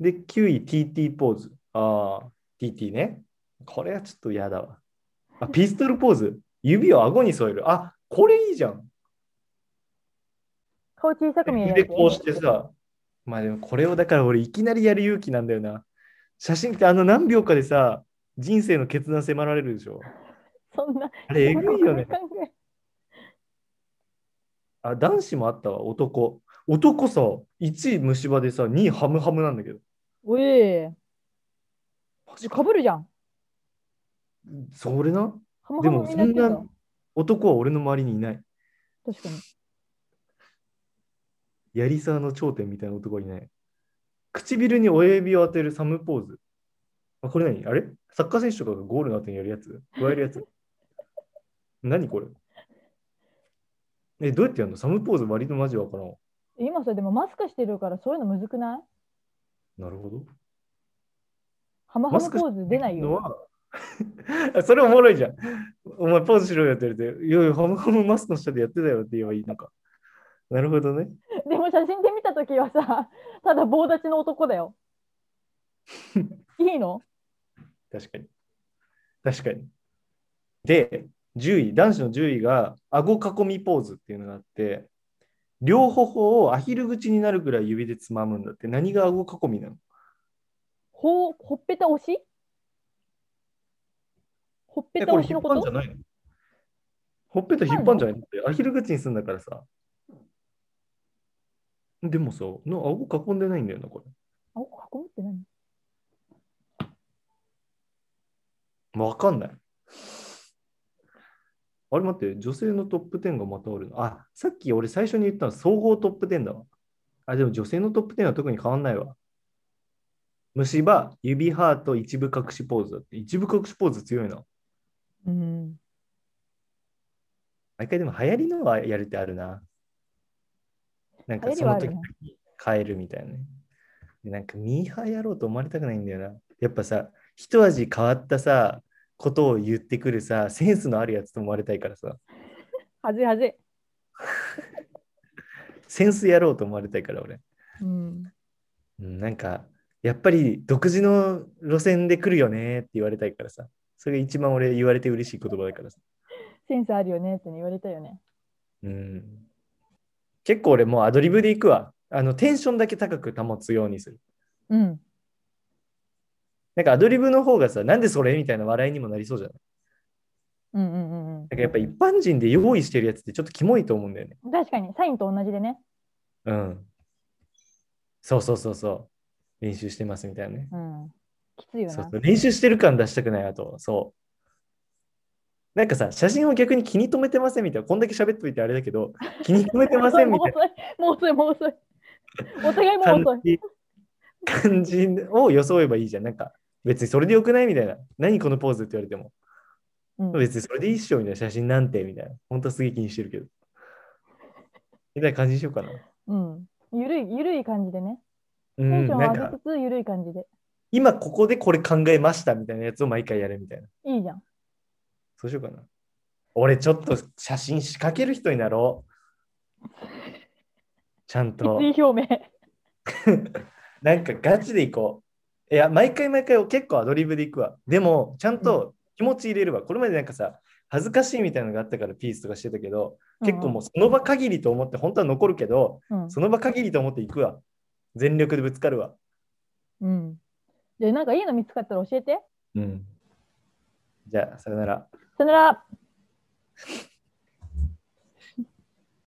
[SPEAKER 1] で、9位、TT ポーズ。ああ、TT ね。これはちょっと嫌だわ。あ、ピストルポーズ。指を顎に添える。あ、これいいじゃん。
[SPEAKER 2] 顔小さく見えな
[SPEAKER 1] で
[SPEAKER 2] い。
[SPEAKER 1] こうしてさ。まあでもこれをだから俺いきなりやる勇気なんだよな。写真ってあの何秒かでさ、人生の決断迫られるでしょ。
[SPEAKER 2] そんな。
[SPEAKER 1] あれ、えぐいよね。
[SPEAKER 2] 考え
[SPEAKER 1] あ、男子もあったわ、男。男さ、1位虫歯でさ、2位ハムハムなんだけど。
[SPEAKER 2] おえ。かぶるじゃん。
[SPEAKER 1] それな。
[SPEAKER 2] ハム
[SPEAKER 1] で
[SPEAKER 2] ハ
[SPEAKER 1] も
[SPEAKER 2] ムみ
[SPEAKER 1] そ
[SPEAKER 2] んなやっ
[SPEAKER 1] ん
[SPEAKER 2] てんだ
[SPEAKER 1] な男は俺の周りにいない。
[SPEAKER 2] 確かに。
[SPEAKER 1] やりさの頂点みたいな男はいない。唇に親指を当てるサムポーズ。あこれ何あれサッカー選手とかがゴールの後にやるやつ加えるやつ何これえ、どうやってやるのサムポーズ割とマジわからん。
[SPEAKER 2] 今さ、でもマスクしてるからそういうのむずくない
[SPEAKER 1] なるほど。
[SPEAKER 2] ハマハ
[SPEAKER 1] マ
[SPEAKER 2] マ
[SPEAKER 1] スク
[SPEAKER 2] ポーズ出ない
[SPEAKER 1] の
[SPEAKER 2] よ。
[SPEAKER 1] は それおもろいじゃん。お前ポーズしろよって言われて、いやいや、ハムハムマスクの下でやってたよって言えばいいのか。なるほどね。
[SPEAKER 2] でも写真で見たときはさ、ただ棒立ちの男 だよ。いいの
[SPEAKER 1] 確かに。確かに。で、10位、男子の10位が、顎囲みポーズっていうのがあって、両頬をアヒル口になるぐらい指でつまむんだって、何が顎囲みなの
[SPEAKER 2] ほうほっぺた押しほっぺ
[SPEAKER 1] え、
[SPEAKER 2] た
[SPEAKER 1] これ
[SPEAKER 2] 押し
[SPEAKER 1] 引っ
[SPEAKER 2] のこ
[SPEAKER 1] 張んじゃ
[SPEAKER 2] と
[SPEAKER 1] ないのほっぺた引っ張んじゃないのだってアヒル口にすんだからさ。でもさ、の顎囲んでないんだよな、こ
[SPEAKER 2] あ、囲むって何
[SPEAKER 1] れ。わかんない。あれ待って、女性のトップ10がまたあるの。あ、さっき俺最初に言ったの、総合トップ10だわ。あ、でも女性のトップ10は特に変わんないわ。虫歯、指ハート、一部隠しポーズだって。一部隠しポーズ強いな。
[SPEAKER 2] うん。
[SPEAKER 1] 毎回でも流行りのはやるってあるな。なんか
[SPEAKER 2] 流行り
[SPEAKER 1] そ
[SPEAKER 2] は
[SPEAKER 1] の
[SPEAKER 2] ある
[SPEAKER 1] 時
[SPEAKER 2] ね
[SPEAKER 1] 々変えるみたいなね。でなんかミーハーやろうと思われたくないんだよな。やっぱさ、一味変わったさ、ことを言ってくるさ、センスのあるやつと思われたいからさ、
[SPEAKER 2] はずいはずい。
[SPEAKER 1] センスやろうと思われたいから俺。
[SPEAKER 2] うん。
[SPEAKER 1] うん、なんか、やっぱり独自の路線で来るよねって言われたいからさ。それが一番俺言われて嬉しい言葉だからさ。
[SPEAKER 2] センスあるよねってね言われたよね。
[SPEAKER 1] うん。結構俺もうアドリブで行くわ。あの、テンションだけ高く保つようにする。
[SPEAKER 2] うん。
[SPEAKER 1] なんかアドリブの方がさ、なんでそれみたいな笑いにもなりそうじゃない
[SPEAKER 2] うんうんうんう
[SPEAKER 1] なんかやっぱ一般人で用意してるやつってちょっとキモいと思うんだよね。
[SPEAKER 2] ん。確かに、サインと同じでね。
[SPEAKER 1] うん。そうそうそうそう。練習してますみたいなね。
[SPEAKER 2] うん。きついよ
[SPEAKER 1] そう
[SPEAKER 2] な
[SPEAKER 1] そ。う練習してる感出したくないあと、そう。なんかさ、写真を逆に気に留めてませんみたいな。こんだけ喋っといてあれだけど、気に留めてませんみたいな
[SPEAKER 2] もう遅い、もう遅い、もう遅い。お 互いもう
[SPEAKER 1] 感
[SPEAKER 2] 遅い。
[SPEAKER 1] じ感じを装えばいいじゃん。なんか別にそれでよくないみたいな。何このポーズって言われても。
[SPEAKER 2] うん、
[SPEAKER 1] 別にそれでいいっしょみたいな写真なんてみたいな。本当はすげえ気にしてるけど。みたいな感じにしようかな。
[SPEAKER 2] うん。ゆるい、ゆるい感じでね。
[SPEAKER 1] う
[SPEAKER 2] テン
[SPEAKER 1] ん、
[SPEAKER 2] ションを
[SPEAKER 1] なん
[SPEAKER 2] 上
[SPEAKER 1] か
[SPEAKER 2] げつつ、ゆるい感じで。
[SPEAKER 1] 今ここでこれ考えましたみたいなやつを毎回やるみたいな。
[SPEAKER 2] いいじゃん。
[SPEAKER 1] そうしようかな。俺ちょっと写真仕掛ける人になろう。ちゃん と。
[SPEAKER 2] 決意表明。
[SPEAKER 1] なんかガチでいこう。いや、毎回毎回結構アドリブでいくわ。でも、ちゃんと気持ち入れるわ。これまでなんかさ、恥ずかしいみたいなのがあったからピースとかしてたけど、結構もうその場限りと思って、本当は残るけど、
[SPEAKER 2] うん、うん。
[SPEAKER 1] その場限りと思っていくわ。全力でぶつかるわ。
[SPEAKER 2] うん。で、なんかいいの見つかったら教えて。
[SPEAKER 1] うん。じゃあ、さよなら。
[SPEAKER 2] さよなら。